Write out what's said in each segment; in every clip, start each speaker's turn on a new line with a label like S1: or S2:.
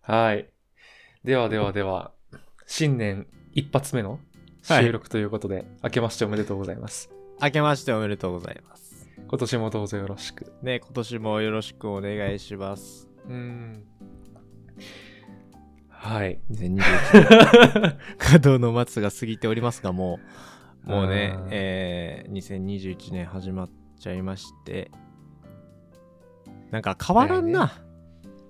S1: はい。ではではでは、新年一発目の収録ということで、明けましておめでとうございます。
S2: 明けましておめでとうございます。
S1: 今年もどうぞよろしく。
S2: ね、今年もよろしくお願いします。
S1: うーん。はい。
S2: 2021 稼働の末が過ぎておりますが、もう、もうね
S1: あー、
S2: えー、2021年始まっちゃいまして、なんか変わらんな。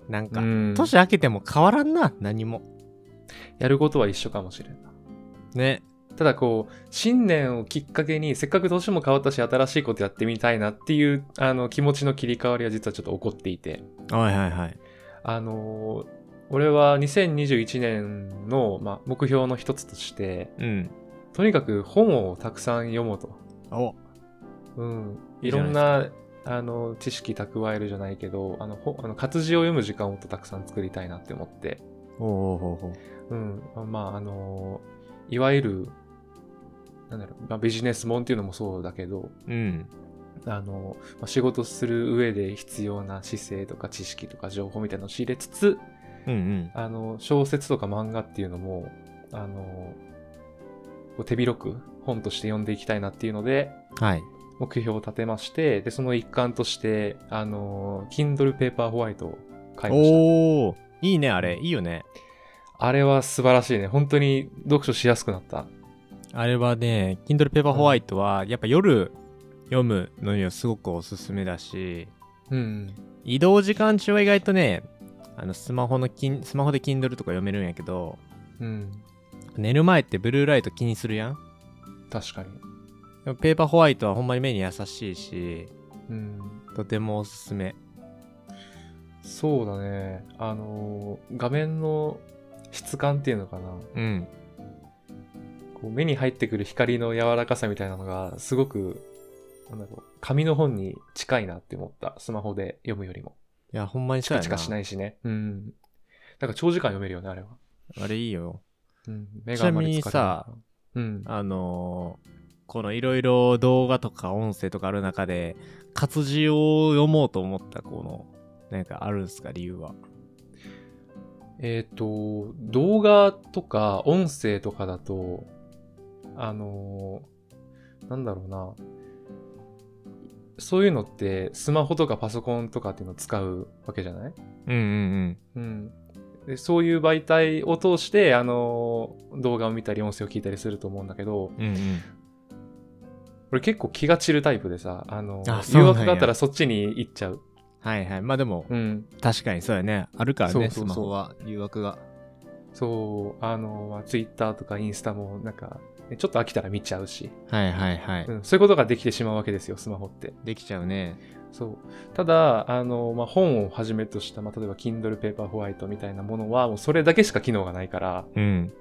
S2: なんか、
S1: うん
S2: 年明けても変わらんな、何も。
S1: やることは一緒かもしれんな。
S2: ね、
S1: ただこう、新年をきっかけに、せっかく年も変わったし、新しいことやってみたいなっていう、あの、気持ちの切り替わりは実はちょっと起こっていて。
S2: はいはいはい。
S1: あのー俺は2021年の、まあ、目標の一つとして、
S2: うん。
S1: とにかく本をたくさん読もうと。
S2: お
S1: うん。い
S2: いいじ
S1: ろ
S2: ゃない
S1: ん
S2: です
S1: な、
S2: か
S1: あの、知識蓄えるじゃないけど、あの、ほあの活字を読む時間をもっとたくさん作りたいなって思って。
S2: おうおうおうお
S1: う
S2: う
S1: ん。まあ、あのーいわゆる、なんだろう、まあ、ビジネス本っていうのもそうだけど、
S2: うん。
S1: あの、まあ仕事する上で必要な姿勢とか知識とか情報みたいなのを仕入れつつ、
S2: うんうん。
S1: あの小説とか漫画っていうのもあのこう手広く本として読んでいきたいなっていうので
S2: はい。
S1: 目標を立てましてでその一環としてあの Kindle Paperwhite を買いまし
S2: おー、いいね、あれ。いいよね。
S1: たあれは素晴らしいね本当に読書しやすくなった
S2: あれはね、Kindle Paperwhite は、やっぱ夜読むのにはすごくおすすめだし、
S1: うん
S2: 移動時間中は意外とね、あのスマホのキン、スマホで Kindle とか読めるんやけど、
S1: うん
S2: 寝る前ってブルーライト気にするやん。
S1: 確かに
S2: でもペーパーホワイトはほんまに目に優しいし、
S1: うん
S2: とてもおすすめ。
S1: そうだねあの画面の質感っていうのかな
S2: うん。
S1: こう目に入ってくる光の柔らかさみたいなのがすごくなんだろう紙の本に近いなって思ったスマホで読むよりも
S2: いや、ほんまに
S1: チ
S2: そうや
S1: カ
S2: な。。
S1: チカしないいしねうんだから長時間読めるよねあれは、
S2: あれいいよ。
S1: うん、目があまり疲れない
S2: ちなみ
S1: うん
S2: あのーこのいろいろ動画とか音声とかある中で、活字を読もうと思った、この、なんかあるんすか、理由は。
S1: えっ、と動画とか音声とかだとあのーなんだろうなそういうのってスマホとかパソコンとかっていうのを使うわけじゃない
S2: うんうん
S1: うん、でそういう媒体を通して、あのー動画を見たり音声を聞いたりすると思うんだけど
S2: うん。うんうん。
S1: 俺結構気が散るタイプでさ、あのー
S2: あそう
S1: 誘
S2: なんや
S1: 惑があったらそっちに行っちゃう、
S2: はいはい。まあでも、
S1: うん、
S2: 確かにそうやね。あるからね、
S1: そうそうそう
S2: スマホは誘惑が。
S1: そうあのー、まあ、Twitter とかインスタもなんかねちょっと飽きたら見ちゃうし、
S2: はいはいはい。
S1: うん、そういうことができてしまうわけですよスマホって
S2: できちゃうね。
S1: そうただ、あのーまあ、本をはじめとした、まあ、例えば Kindle Paperwhite みたいなものはもうそれだけしか機能がないから
S2: うん。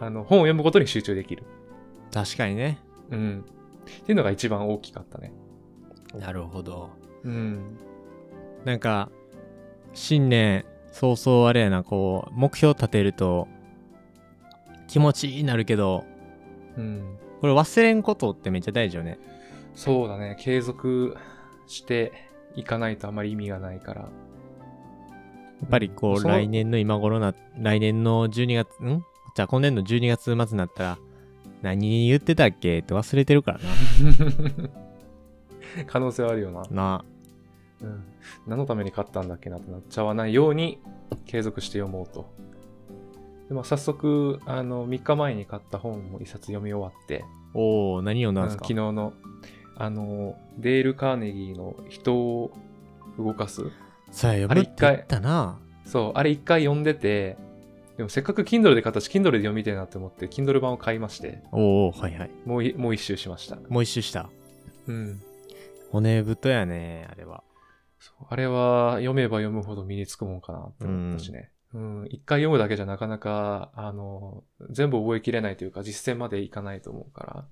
S1: あの本を読むことに集中できる、
S2: 確かにね。
S1: うん、っていうのが一番大きかったね
S2: なるほど。
S1: うん。
S2: なんか、新年早々あれやな、こう、目標立てると、気持ちいいなるけど、
S1: うん。
S2: これ忘れんことってめっちゃ大事よね。
S1: そうだね。継続していかないとあまり意味がないから。
S2: やっぱり
S1: う
S2: こ
S1: ん
S2: う、
S1: そう
S2: 来年の今頃な、来年の12月、んじゃあ今年度12月末になったら、何言ってたっけって忘れてるからな。
S1: 可能性はあるよな。
S2: な
S1: うん。何のために買ったんだっけなってなっちゃわないように継続して読もうと。でまあ、早速、あの、3日前に買った本を一冊読み終わって、
S2: おー、何読んだんす
S1: うん
S2: か、
S1: 昨日の、あの、デール・カーネギーの人を動かす。
S2: さあ、読
S1: あれ
S2: むっ
S1: 一
S2: て
S1: 回
S2: 言ったな。
S1: そう、あれ一回読んでて、でもせっかく Kindle で買ったし、Kindle で読みたいなって思って、Kindle 版を買いまして、
S2: おー、はいはい。
S1: もういもう一周しました。
S2: もう一周した。
S1: うん。
S2: 骨太やね、あれは。
S1: そうあれは読めば読むほど身につくもんかなって思ったしね。うん。一回読むだけじゃなかなか、あの、全部覚えきれないというか、実践までいかないと思うから。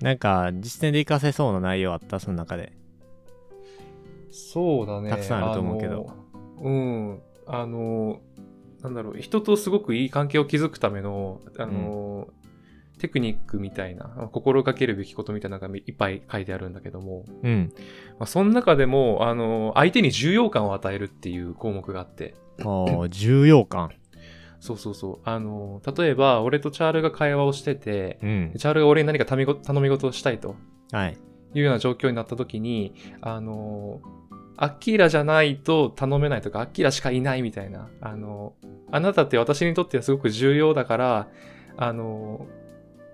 S2: なんか、実践で活かせそうな内容あった、その中で。
S1: そうだね。
S2: たくさんあると思うけど
S1: あの。うん。あの、なんだろう、人とすごくいい関係を築くための、あの、テクニックみたいな、心がけるべきことみたいなのがいっぱい書いてあるんだけども、
S2: うん。
S1: まあ、その中でも、あの、相手に重要感を与えるっていう項目があって、
S2: ああ、重要感。
S1: そうそうそう。あの、例えば、俺とチャールが会話をしてて、
S2: うん。
S1: チャールが俺に何か頼みご頼み事をしたいと
S2: はい。
S1: いうような状況になった時に、あの、アキラじゃないと頼めないとか、アキラしかいないみたいな、あの、あなたって私にとってはすごく重要だから、あの、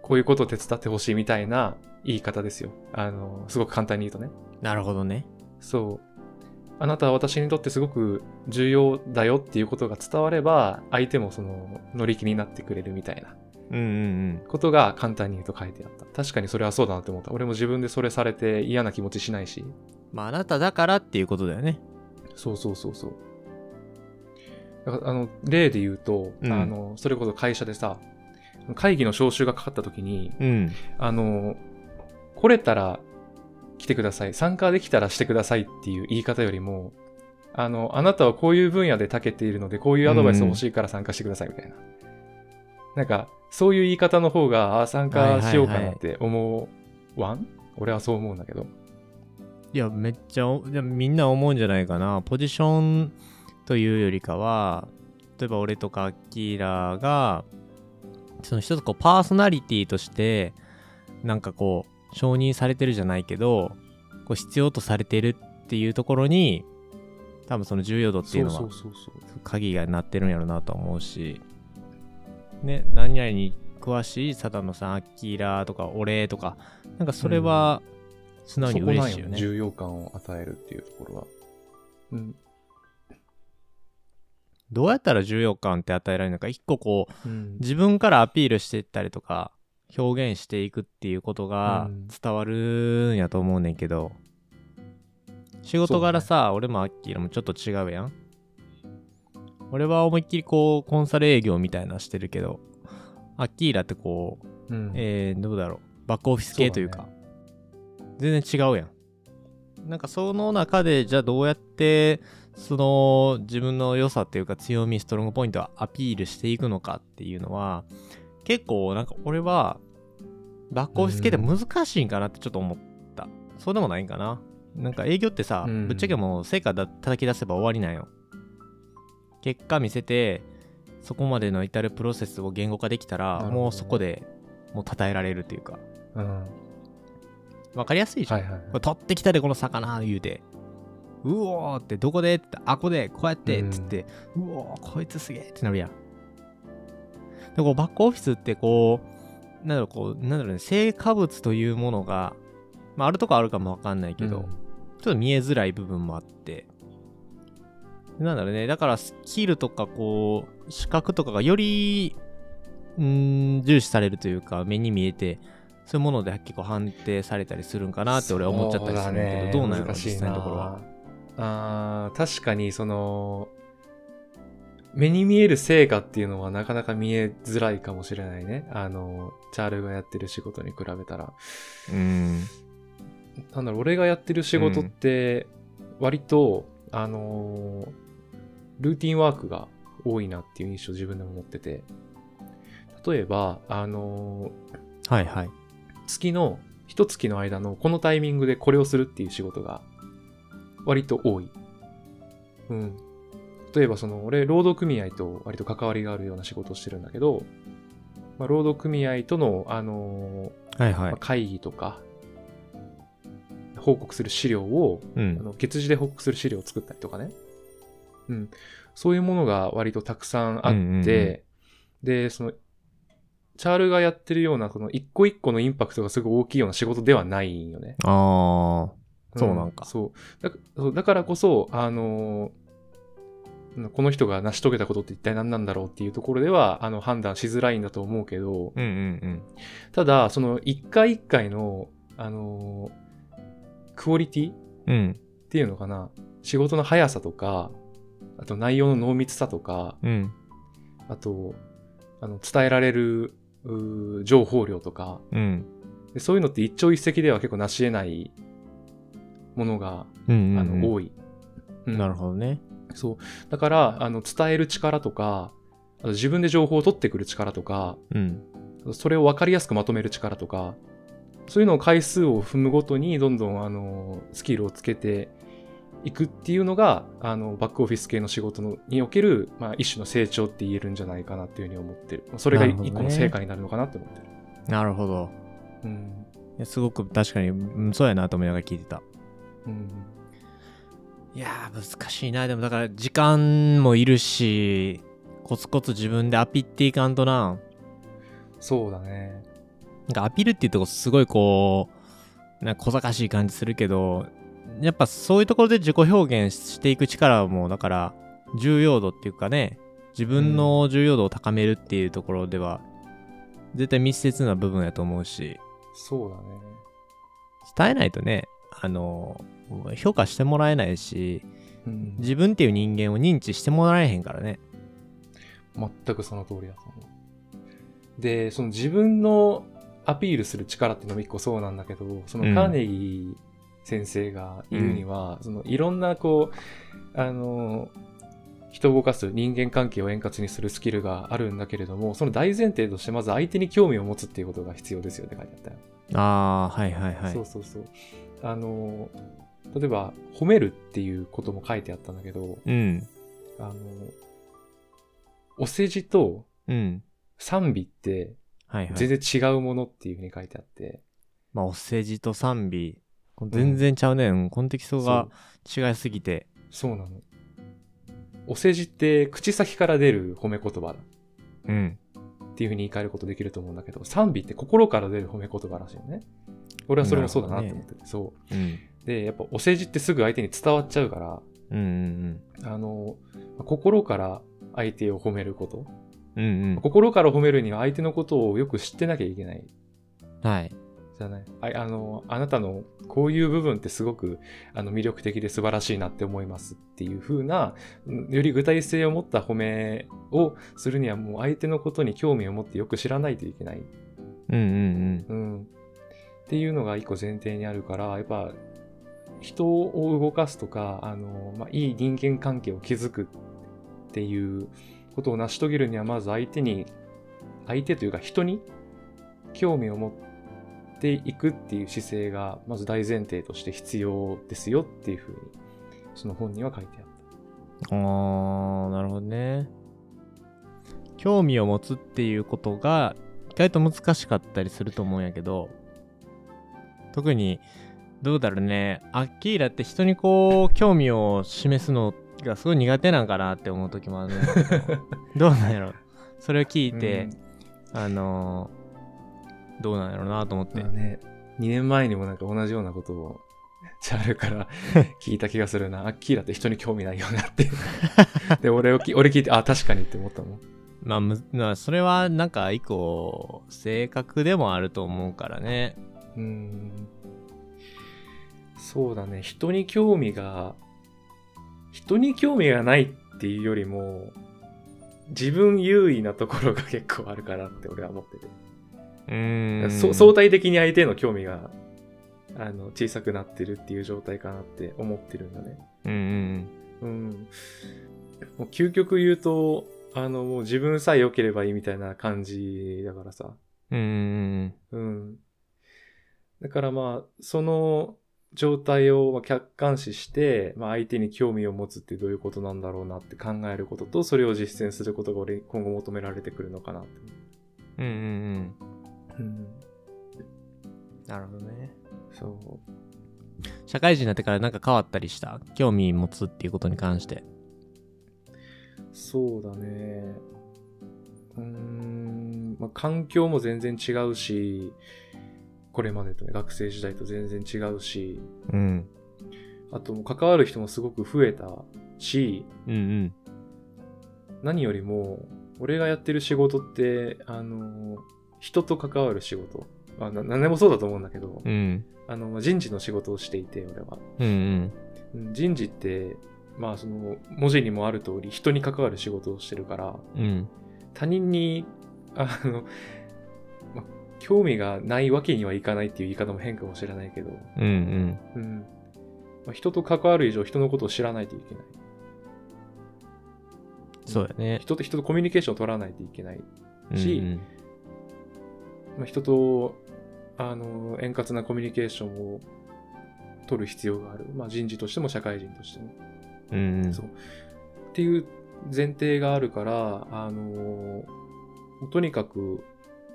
S1: こういうことを手伝ってほしいみたいな言い方ですよ。あの、すごく簡単に言うとね。
S2: なるほどね。
S1: そう。あなたは私にとってすごく重要だよっていうことが伝われば、相手もその乗り気になってくれるみたいな
S2: うんうん
S1: ことが簡単に言うと書いてあった。確かにそれはそうだなって思った。俺も自分でそれされて嫌な気持ちしないし。
S2: うん。まあ、あなただからっていうことだよね。
S1: そうそうそうそう。だからあの、例で言うと、
S2: うん
S1: あの、それこそ会社でさ、会議の招集がかかった時に、
S2: うん。
S1: あの、来れたら来てください。参加できたらしてくださいっていう言い方よりも、あの、あなたはこういう分野で長けているので、こういうアドバイスを欲しいから参加してくださいみたいな。なんか、そういう言い方の方が、あー参加しようかなって思うわん、俺はそう思うんだけど。
S2: いや、めっちゃお、いやみんな思うんじゃないかな。ポジションというよりかは、例えば俺とかアッキーラが、その一つこう、パーソナリティとして、なんかこう、承認されてるじゃないけど、こう、必要とされてるっていうところに、多分その重要度っていうのは、
S1: そうそうそうそう。
S2: 鍵が鳴ってるんやろなとは思うし、ね、何々に詳しい佐田野さん、アキラとか、俺とか、なんかそれは素直に
S1: そこな
S2: 嬉
S1: ん
S2: しいよ
S1: よ
S2: ね。
S1: 重要感を与えるっていうところは。うん。
S2: どうやったら重要感って与えられるのか、一個こう、
S1: うん
S2: 自分からアピールしていったりとか、表現していくっていうことが
S1: うん
S2: 伝わるんやと思うねんけど、仕事柄さ、俺もアッキーラもちょっと違うやん。俺は思いっきりこう、コンサル営業みたいなのしてるけど、アッキーラってこう、
S1: うん
S2: えー、どうだろうバックオフィス系というか全然違うやんなんかその中でじゃあどうやってその自分の良さっていうか強みストロングポイントをアピールしていくのかっていうのは結構なんか俺はバックオフィス系って難しいんかなってちょっと思った、そうでもないんかななんか営業ってさ、
S1: うん
S2: ぶっちゃけもう成果だ叩き出せば終わりなんよ結果見せてそこまでの至るプロセスを言語化できた
S1: な
S2: ら
S1: るほどね
S2: もうそこでもう称えられるというか
S1: うんは
S2: 分かりやすい
S1: い
S2: じゃん、
S1: はいはい。
S2: これ取ってきたでこの魚言うてうおーってどこでってあこでこうやってっ
S1: うん
S2: つって、うおーこいつすげえってなるやんでこうバックオフィスってこうなんだろうこうなんだろうね成果物というものが、まあ、あるとこあるかも分かんないけど、ちょっと見えづらい部分もあって。なんだろうね。だからスキルとかこう、視覚とかがより、うーん、重視されるというか、目に見えて、そういうもので結構判定されたりするんかなって俺は思っちゃったりするんだけど、どうなんやろ
S1: 難
S2: う、
S1: しい
S2: 実際のところは。
S1: なあー確かにその目に見える成果っていうのはなかなか見えづらいかもしれないねあのチャールがやってる仕事に比べたら
S2: うん。
S1: なんだろう俺がやってる仕事って割と、あのルーティンワークが多いなっていう印象自分でも持ってて例えばあの
S2: はいはい。
S1: 月の一月の間のこのタイミングでこれをするっていう仕事が割と多い。うん。例えばその俺労働組合と割と関わりがあるような仕事をしてるんだけど、まあ、労働組合との、あのー
S2: はいは
S1: まあ
S2: い。
S1: 会議とか報告する資料を
S2: う
S1: あ
S2: ん。
S1: の月次で報告する資料を作ったりとかね。うん。そういうものが割とたくさんあって、
S2: うんうんうん
S1: で、その、チャールがやってるような、この一個一個のインパクトがすごい大きいような仕事ではないんよね。
S2: あそうなんか
S1: そう。だかそうだからこそ、あのーこの人が成し遂げたことって一体何なんだろうっていうところでは、あの、判断しづらいんだと思うけど、
S2: ー。うんうん
S1: ただ、その一回一回の、あのークオリティ
S2: うん。うん。
S1: っていうのかな仕事の速さとかあと内容の濃密さとか
S2: うん。
S1: あとあの伝えられるうー情報量とか
S2: うん。
S1: でそういうのって一朝一夕では結構なし得ないものが、
S2: うん。
S1: あの
S2: い。
S1: 多い、うん
S2: なるほどね。
S1: そうだからあの伝える力とかあと自分で情報を取ってくる力とか
S2: うん。
S1: それを分かりやすくまとめる力とか、そういうのを回数を踏むごとに、どんどん、あの、スキルをつけて行くっていうのが、あの、バックオフィス系の仕事のにおける、まあ、一種の成長って言えるんじゃないかなっていうふうに思ってる。それが
S2: なるほどね
S1: 一個の成果になるのかなって思ってる。
S2: なるほど。
S1: うん。
S2: いやすごく確かに、うんそうやなと思いながら聞いてた。
S1: うん。
S2: いやー、難しいな。でもだから、時間もいるし、コツコツ自分でアピっていかんとな。
S1: そうだね。
S2: なんかアピールっていうとこすごいこう、なんか小賢しい感じするけど、やっぱそういうところで自己表現していく力も、だから、重要度っていうかね、自分の重要度を高めるっていうところでは、絶対密接な部分やと思うし、
S1: そうだね。
S2: 伝えないとね、あの、評価してもらえないし、
S1: うん。
S2: 自分っていう人間を認知してもらえへんからね。
S1: 全くその通りだと思う。で、その自分のアピールする力っていうのも一個そうなんだけど、そ
S2: うん
S1: のカーネギー先生が言うには、そのいろんなこう、あの、人を動かす人間関係を円滑にするスキルがあるんだけれども、その大前提としてまず相手に興味を持つっていうことが必要ですよって書いてあったよ。
S2: ああ、はいはいはい
S1: そう。そうそう。あの、例えば褒めるっていうことも書いてあったんだけど、
S2: うん。
S1: あの、お世辞と
S2: うん。
S1: 賛美って
S2: はいはい。
S1: 全然違うものっていうふうに書いてあって、
S2: まあ、お世辞と賛美。これ全然ちゃうね。うん、コンテキストが違いすぎて。
S1: そうなの。お世辞って口先から出る褒め言葉
S2: うん。
S1: っていうふうに言い換えることできると思うんだけど、賛美って心から出る褒め言葉らしいよね。俺はそれもそうだなって思ってて、そ
S2: うん。
S1: う。で、やっぱお世辞ってすぐ相手に伝わっちゃうか
S2: うんうん
S1: ら、あの、心から相手を褒めること。
S2: うん。うん
S1: 心から褒めるには相手のことをよく知ってなきゃいけない
S2: うん。はい。
S1: じゃないああのあなたのこういう部分ってすごくあの魅力的で素晴らしいなって思いますっていう風なうんより具体性を持った褒めをするにはもう相手のことに興味を持ってよく知らないといけない、
S2: うんうん
S1: うん、っていうのが一個前提にあるからやっぱ人を動かすとかあの、まあ、いい人間関係を築くっていうことを成し遂げるにはまず相手に相手というか人に興味を持っていくっていう姿勢がまず大前提として必要ですよっていうふうにその本には書いてあっ
S2: うん。ああ、なるほどね。興味を持つっていうことが意外と難しかったりすると思うんやけど、特にどうだろうね。アッキーラって人にこう興味を示すのがすごい苦手なんかなって思う時もあるん やけどどうなんやろそれを聞い
S1: た。
S2: て、あのーどうなんやろうなと思って。
S1: まあね、2年前にもなんか同じようなことをチャールから 聞いた気がするな。アッキーラって人に興味ないよなって。で、俺をき俺聞いて、あ、確かにって思ったもん。
S2: まあ、むまあそれはなんか以降、性格でもあると思うからね。
S1: うーん。そうだね。人に興味が、人に興味がないっていうよりも、自分優位なところが結構あるかなって俺は思ってて。
S2: うーん。
S1: そ相対的に相手への興味が、あの、小さくなってるっていう状態かなって思ってるんだね。
S2: うんうん
S1: うん。もう究極言うと、あの、もう自分さえ良ければいいみたいな感じだからさ。
S2: うん。うんうん
S1: うん。だからまあ、その状態をまあ客観視して、まあ相手に興味を持つってどういうことなんだろうなって考えることと、それを実践することが俺今後求められてくるのかなって。
S2: うん。うんうん
S1: うん。
S2: うん。なるほどね。
S1: そ
S2: 社会人になってからなんか変わったりした興味持つっていうことに関して。
S1: う。そうだね。うーん。まあ環境も全然違うし、これまでとね、学生時代と全然違うし、
S2: うん。
S1: あと関わる人もすごく増えたし、
S2: うんうん。
S1: 何よりも俺がやってる仕事ってあの人と関わる仕事、まあ、な何でもそうだと思うんだけど、
S2: うん。
S1: あの人事の仕事をしていて俺は
S2: うんうん。
S1: うん人事ってまあその文字にもある通り人に関わる仕事をしてるから
S2: うん。
S1: 他人にあの、 まあ、興味がないわけにはいかないっていう言い方も変かもしれないけど、
S2: うんうん。
S1: うんまあ、人と関わる以上人のことを知らないといけない
S2: そうやね。
S1: 人と人とコミュニケーションを取らないといけないし
S2: うん
S1: まあ、人とあの円滑なコミュニケーションを取る必要がある。まあ、人事としても社会人としても。
S2: うんうん
S1: そうっていう前提があるから、あのーとにかく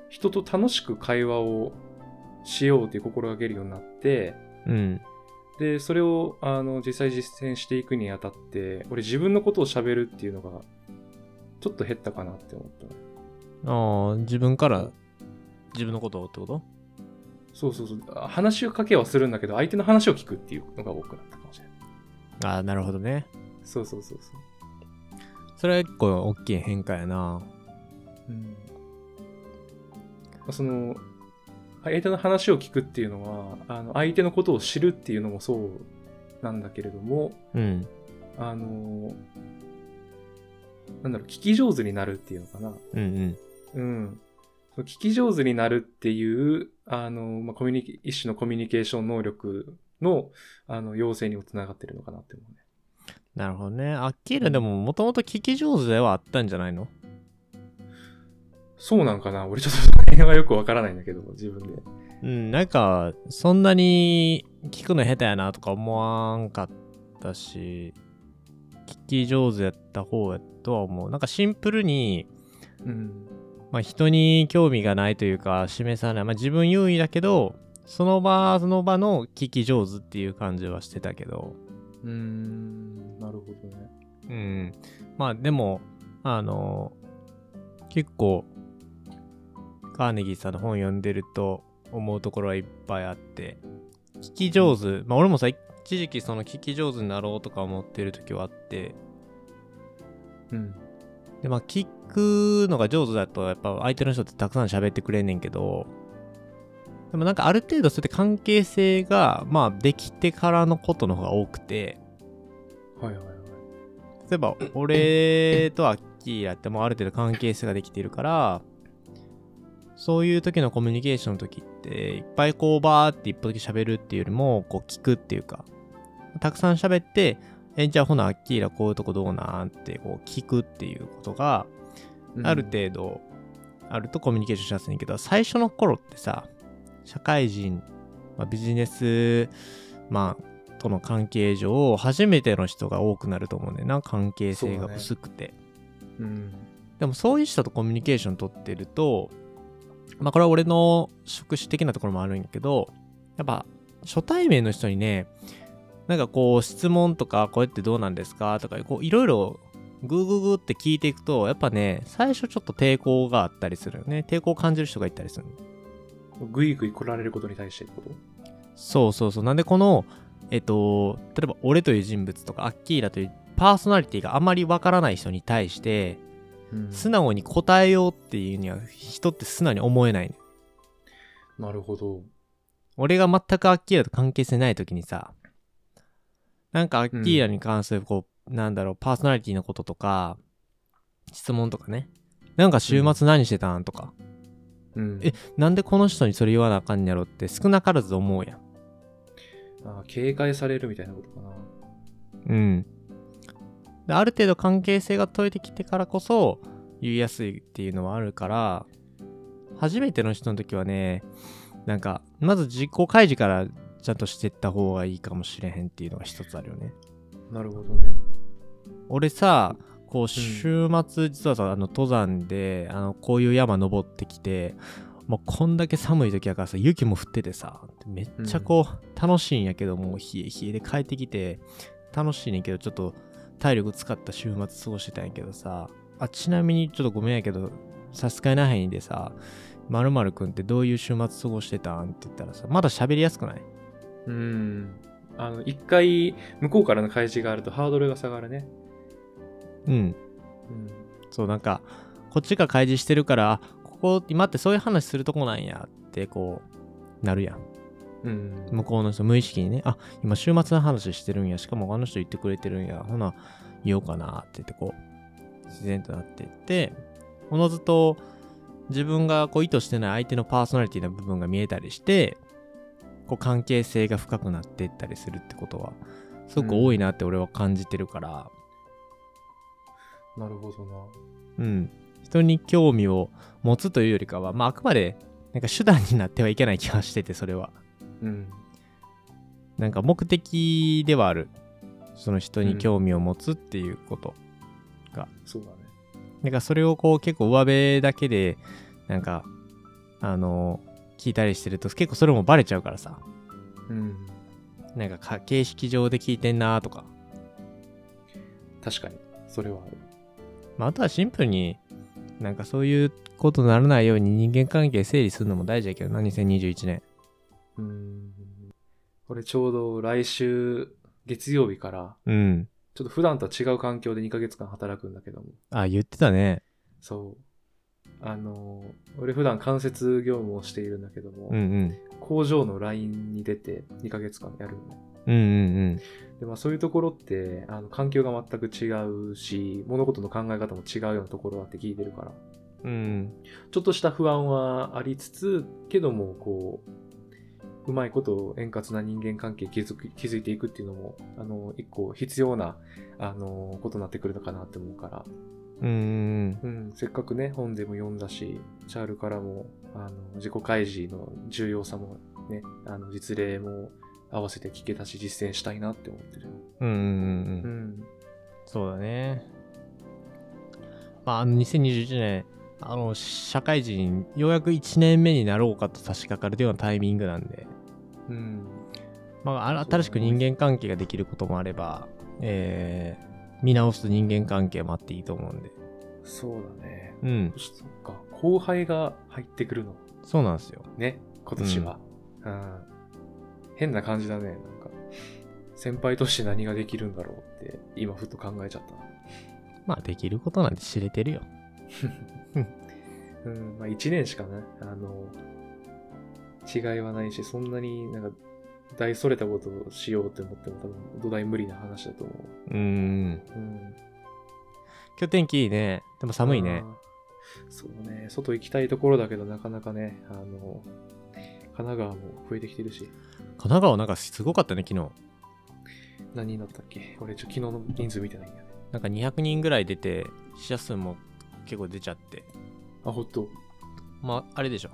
S1: 人と楽しく会話をしようという心がけるようになって、
S2: うん
S1: で、それをあの実際実践していくにあたって、俺自分のことを喋るっていうのがちょっと減ったかなって思ったね。
S2: ああ自分から自分のことをってこと
S1: そうそうそう。あ話をかけはするんだけど、相手の話を聞くっていうのが多くなったかもしれない。
S2: ああなるほどね
S1: そうそうそうそう。
S2: それは結構大きい変化やな
S1: うんその相手の話を聞くっていうのはあの相手のことを知るっていうのもそうなんだけれども
S2: うん
S1: あのなんだろう聞き上手になるっていうのかな
S2: うんう
S1: う
S2: ん
S1: んその聞き上手になるっていうあの、まあ、コミュニ一種のコミュニケーション能力のあの要請にもつながってるのかなって思うね
S2: なるほどねアッキーラでももともと聞き上手ではあったんじゃないの
S1: そうなんかな俺ちょっとその辺はよくわからないんだけど自分で
S2: うんなんかそんなに聞くの下手やなとか思わんかったし聞き上手やった方やとは思うなんかシンプルに
S1: うん
S2: まあ、人に興味がないというか示さない、まあ、自分優位だけどその場その場の聞き上手っていう感じはしてたけど
S1: うーんなるほどね
S2: うんまあでもあの結構カーネギーさんの本読んでると思うところはいっぱいあって聞き上手まあ俺もさ一時期その聞き上手になろうとか思ってる時はあって
S1: うん
S2: でまあ聞くのが上手だとやっぱ相手の人ってたくさん喋ってくれんねんけどでもなんかある程度そうやって関係性がまあできてからのことの方が多くて
S1: はいはいはい
S2: 例えば俺とアッキーラってもうある程度関係性ができているからそういう時のコミュニケーションの時っていっぱいこうバーって一歩だけ喋るっていうよりもこう聞くっていうかたくさん喋ってえじゃあほなアッキーラこういうとこどうなんってこう聞くっていうことがある程度あるとコミュニケーションしやすいんやけど、最初の頃ってさ社会人、まあ、ビジネスマンとの関係上初めての人が多くなると思うねんな関係性が薄くて、
S1: 度、うん、
S2: でもそういう人とコミュニケーション取ってるとまあこれは俺の職種的なところもあるんやけどやっぱ初対面の人にねなんかこう質問とかこうやってどうなんですかとかこういろいろグーグーグーって聞いていくとやっぱね最初ちょっと抵抗があったりするよね抵抗を感じる人がいたりする
S1: ぐいぐい来られることに対してってこと
S2: そうそうそうなんでこのえっと例えば俺という人物とかアッキーラというパーソナリティがあまりわからない人に対して素直に答えようっていうには人って素直に思えないね
S1: なるほど。
S2: 俺が全くアッキーラと関係性ない時にさなんかアッキーラに関するこう、なんだろうパーソナリティのこととか質問とかねなんか週末何してたんとか、
S1: うん
S2: えなんでこの人にそれ言わなあかんやろって少なからず思うやん
S1: あ警戒されるみたいなことかな。
S2: うんである程度関係性が解いてきてからこそ言いやすいっていうのはあるから初めての人の時はねなんかまず自己開示からちゃんとしてった方がいいかもしれへんっていうのが一つあるよね
S1: なるほどね。
S2: 俺さこう週末実はさ、あの登山であのこういう山登ってきてもうこんだけ寒い時やからさ雪も降っててさめっちゃこう、楽しいんやけどもう冷え冷えで帰ってきて楽しいねんけどちょっと体力使った週末過ごしてたんやけどさあちなみにちょっとごめんやけど差し支えない範囲でさまるくんってどういう週末過ごしてたんって言ったらさまだ喋りやすくない
S1: うん。あの、一回、向こうからの開示があるとハードルが下がるね。
S2: うん
S1: うん。
S2: そうなんかこっちが開示してるからあここ今ってそういう話するとこなんやってこうなるやん
S1: うん。
S2: 向こうの人無意識にねあ今週末の話してるんやしかもあの人言ってくれてるんやほな言おうかなって言ってこう自然となっていっておのずと自分がこう意図してない相手のパーソナリティの部分が見えたりしてこう関係性が深くなっていったりするってことはすごく多いなって俺は感じてるから、
S1: なるほどな。
S2: うん、人に興味を持つというよりかは、まあ、あくまでなんか手段になってはいけない気がしててそれは
S1: うん。
S2: なんか目的ではあるその人に興味を持つっていうこと、
S1: そうだね。
S2: なんかそれをこう結構上辺だけでなんかあの聞いたりしてると結構それもバレちゃうからさ
S1: うん。
S2: なんかか形式上で聞いてんなーとか、
S1: 確かに。それはある。
S2: まあ、あとはシンプルになんかそういうことにならないように人間関係整理するのも大事やけどな2021年
S1: うん。これちょうど来週月曜日から、
S2: うん
S1: ちょっと普段とは違う環境で2ヶ月間働くんだけども。
S2: あ言ってたね
S1: そう。あのー、俺普段間接業務をしているんだけども、
S2: うんうん
S1: 工場のラインに出て2ヶ月間やるのね。
S2: うんうん
S1: で、まあそういうところって、あの、環境が全く違うし、物事の考え方も違うようなところだって聞いてるから、
S2: うんうん
S1: ちょっとした不安はありつつ、けども、こう、うまいこと円滑な人間関係築く築いていくっていうのも、あの、一個必要な、あの、ことになってくるのかなって思うから、
S2: うんうん
S1: うん、せっかくね、本でも読んだし、チャールからも、あの、自己開示の重要さもね、あの、実例も合わせて聞けたし、実践したいなって思ってる。
S2: うんうんうんうん
S1: うん。
S2: そうだね。まあ、あの2021年、あの、社会人、ようやく1年目になろうかと差し掛かるようなタイミングなんで、
S1: うん。
S2: まあ、あら
S1: そうだ
S2: 新
S1: ね
S2: しく人間関係ができることもあれば、えー、見直す人間関係もあっていいと思うんで。
S1: そうだね。
S2: うん、
S1: そっか、後輩が入ってくるの。
S2: そうなんですよ。
S1: ね、今年は。うん。変な感じだね、なんか。先輩として何ができるんだろうって、今ふと考えちゃっ
S2: まあ、できることなんて知れてるよ。
S1: たな。うん、まあ一年しかね、あの、違いはないし、そんなになんか、大それたことをしようって思っても多分土台無理な話だと思
S2: うーん。
S1: う。うん。
S2: 今日天気いいね。でも寒いね。
S1: あー。そうね、外行きたいところだけどなかなかね、あの、神奈川も増えてきてるし、
S2: 神奈川なんかすごかったね、昨日。
S1: 何になったっけ俺ちょ昨日の人数見てないんだよね。
S2: なんか200人ぐらい出て、死者数も結構出ちゃって。
S1: あ、ほんと。
S2: まあ、あれでしょ。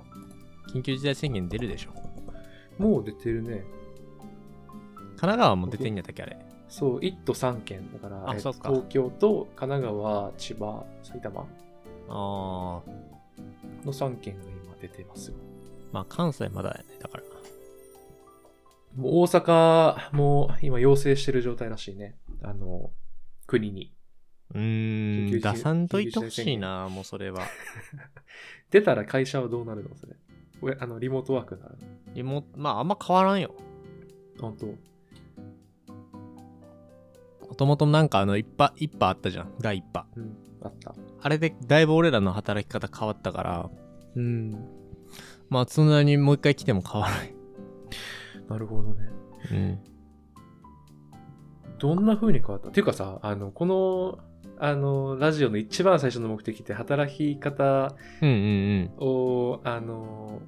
S2: 緊急事態宣言出るでしょ。
S1: もう出てるね。
S2: 神奈川も出てんやったっけあれ。
S1: そう、1都3県だから、
S2: あ
S1: えっと
S2: そっか
S1: 東京と神奈川、千葉、埼玉
S2: ああ。
S1: の3県が今出てますよ。
S2: まあ、関西まだやね。だから。
S1: もう大阪も今要請してる状態らしいね。あの、国に。
S2: うー
S1: 緊急
S2: ん、
S1: 事態
S2: 出さんといてほしいな、もうそれは。
S1: 出たら会社はどうなるのそれ。おやあの、リモートワークになる
S2: リモまあ、あんま変わらんよ。
S1: の本当
S2: もともとなんかあの、一波、一波あったじゃん。第一波。
S1: うん、あった。
S2: あれで、だいぶ俺らの働き方変わったから、
S1: うん。
S2: まあ、そんなにもう一回来ても変わらない。
S1: なるほどね。
S2: うん。
S1: どんな風に変わったっていうかさ、あの、この、あの、ラジオの一番最初の目的って働き方
S2: うんうん
S1: を、あの、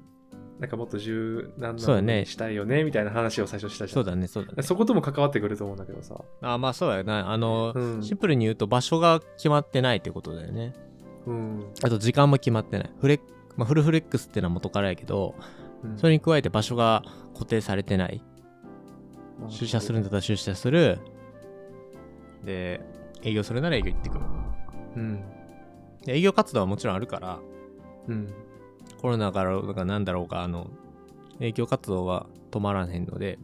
S1: なんかもっと柔軟
S2: そう
S1: な
S2: だね
S1: にしたいよね、みたいな話を最初した
S2: うん。
S1: じゃん
S2: そう。だね、そうだね。
S1: そことも関わってくると思うんだけどさ。
S2: あーまあ、そうやな。あの、
S1: うん
S2: シンプルに言うと場所が決まってないってことだよね。
S1: うん。
S2: あと時間も決まってない。フレッまあ、フルフレックスってのは元からやけど、
S1: うん
S2: それに加えて場所が固定されてない。出社するんだったら出社する。で、営業するなら営業行ってくる。
S1: うん。
S2: で営業活動はもちろんあるから、
S1: うん。
S2: コロナからなんかなんだろうか、あの、営業活動は止まらへんので、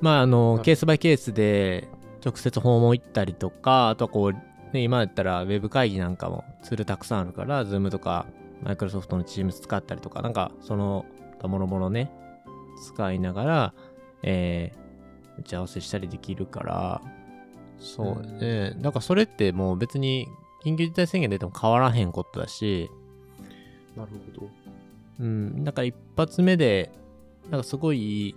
S2: まあ、あの、
S1: はい
S2: ケースバイケースで、直接訪問行ったりとか、あとはこう、ね、今だったらウェブ会議なんかもツールたくさんあるから、Zoom とか、マイクロソフトの Teams 使ったりとか、なんか、その、もろもろね、使いながら、えー打ち合わせしたりできるから、そうね、なんかそれってもう別に、緊急事態宣言出ても変わらへんことだし、
S1: なるほど。
S2: うん、なんか一発目で、なんかすごいいい、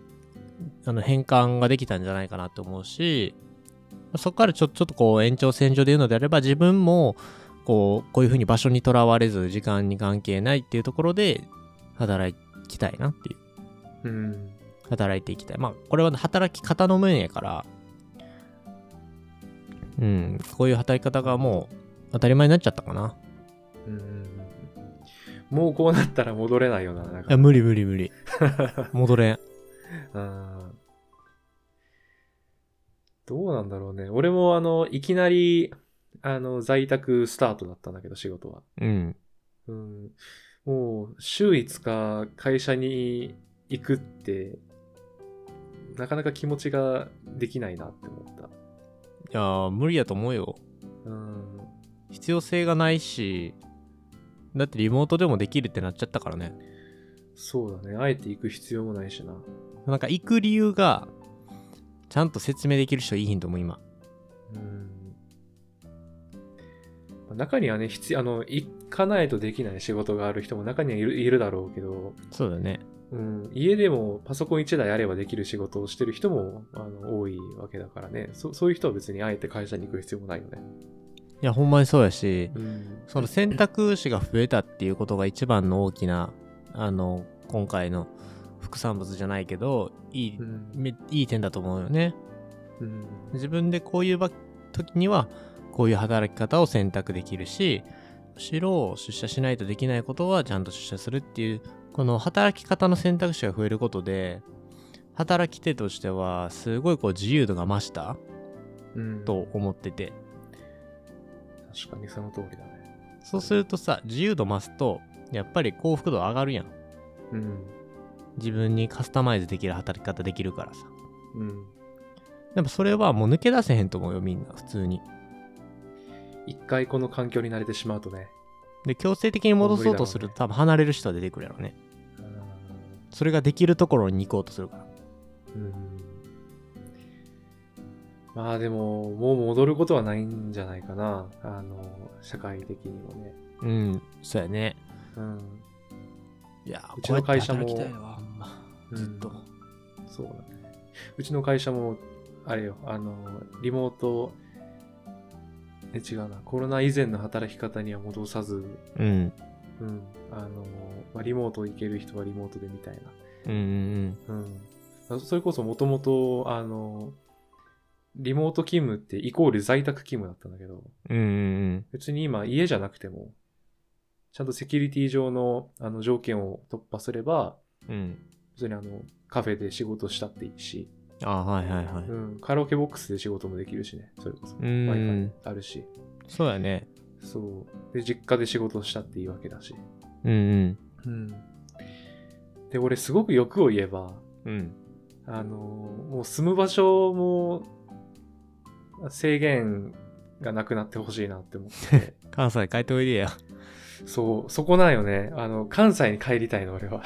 S2: あの、変換ができたんじゃないかなと思うし、そこからちょ、ちょっとこう延長線上で言うのであれば、自分も、こう、こういう風に場所にとらわれず、時間に関係ないっていうところで、働きたいなっていう。
S1: うん。
S2: 働いていきたい。まあ、これは働き方の面やから、うん、こういう働き方がもう、当たり前になっちゃったかな。
S1: うん。もうこうなったら戻れないよな。なん
S2: いや、
S1: か
S2: 無理無理無理。戻れん。
S1: うんどうなんだろうね。俺もあの、いきなり、あの、在宅スタートだったんだけど、仕事は。
S2: うん。
S1: うん。もう、週5日会社に行くって、なかなか気持ちができないなって思った。
S2: いやー、無理やと思うよ。
S1: うん。
S2: 必要性がないし、だってリモートでもできるってなっちゃったからね。
S1: そうだね。あえて行く必要もないしな。
S2: なんか行く理由が、ちゃんと説明できる人いいひんと思う、今。
S1: うん。まあ中にはね、必要、あの、行かないとできない仕事がある人も中にはいるいるだろうけど、
S2: そうだね。
S1: うん、家でもパソコン1台あればできる仕事をしてる人もあの多いわけだからねそ。そういう人は別にあえて会社に行く必要もないよね。
S2: いや、ほんまにそうやし、
S1: うん。
S2: その選択肢が増えたっていうことが一番の大きな、あの、今回の副産物じゃないけど、いい、
S1: うん。
S2: めいい点だと思うよね。
S1: うん。
S2: 自分でこういう場時には、こういう働き方を選択できるし、むしろ出社しないとできないことはちゃんと出社するっていう、この働き方の選択肢が増えることで、働き手としては、すごいこう自由度が増した
S1: うん、
S2: と思ってて。
S1: 確かにその通りだね。
S2: そうするとさ、自由度増すと、やっぱり幸福度上がるやん。
S1: うん。
S2: 自分にカスタマイズできる働き方できるからさ。
S1: うん。
S2: でもそれはもう抜け出せへんと思うよ、みんな、普通に。
S1: 一回この環境に慣れてしまうとね。
S2: で、強制的に戻そうとすると、多分離れる人は出てくるやろね。
S1: うん
S2: それができるところに行こうとするから。
S1: うん。まあでも、もう戻ることはないんじゃないかな。あの、社会的にもね。
S2: うん、そうやね。
S1: うん。
S2: いやー
S1: うちの会社も
S2: こうやって働きたいわ、ほんまずっと。
S1: そうだね。うちの会社も、あれよ、あの、リモート、え、違うな、コロナ以前の働き方には戻さず、
S2: うん。
S1: うん、あの、まあ、リモート行ける人はリモートでみたい
S2: うんうん
S1: な。うん。あそれこそもともと、あの、リモート勤務ってイコール在宅勤務だったんだけど、
S2: うん。うんうん
S1: 別に今家じゃなくても、ちゃんとセキュリティ上のあの条件を突破すれば、
S2: うん。うん。
S1: 別にあの、カフェで仕事したっていいし、
S2: あーはいはいはい。
S1: うん、カラオケボックスで仕事もできるしね、それこそ。
S2: う
S1: Wi-Fi
S2: ん。
S1: あるし。
S2: そうやね。
S1: そう。で、実家で仕事したっていいわけだし。
S2: うんうん。
S1: うん。で、俺すごく欲を言えば、
S2: うん。
S1: あのーもう住む場所も制限がなくなってほしいなって思 って。
S2: 関西帰っておいでや。
S1: そう、そこなんよね。あの、関西に帰りたいの、俺は。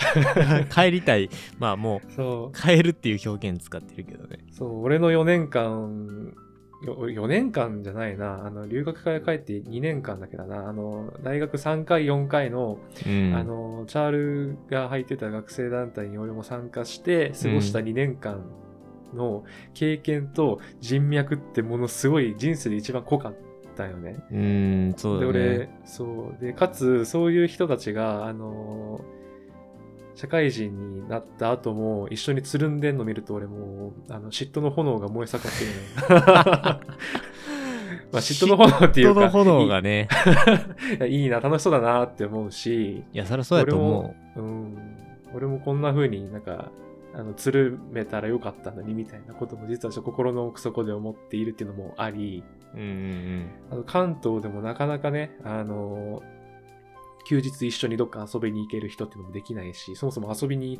S2: 帰りたい。まあもう、
S1: そう。
S2: 帰るっていう表現使ってるけどね。
S1: そう、俺の4年間、4年間じゃないな、あの、留学から帰って2年間だけどな、あの、大学3回、4回の、
S2: うん
S1: あの、チャールが入ってた学生団体に俺も参加して、過ごした2年間の経験と人脈ってものすごい人生で一番濃かったよね。
S2: うーん、そう
S1: で、
S2: だね
S1: 俺。、そう。で、かつ、そういう人たちが、あのー社会人になった後も一緒につるんでんの見ると俺もうあの嫉妬の炎が燃え盛ってるね。 まあ嫉妬の炎っていう
S2: 人
S1: か
S2: の炎がね。
S1: いやいいな楽しそうだなって思うし、
S2: いや、そりゃそうやと思
S1: うん、俺もこんな風になんかあのつるめたらよかったのにみたいなことも実はちょっと心の奥底で思っているっていうのもあり、
S2: う。うんうん
S1: あの関東でもなかなかね、あの休日一緒にどっか遊びに行ける人っていうのもできないし、そもそも遊びに、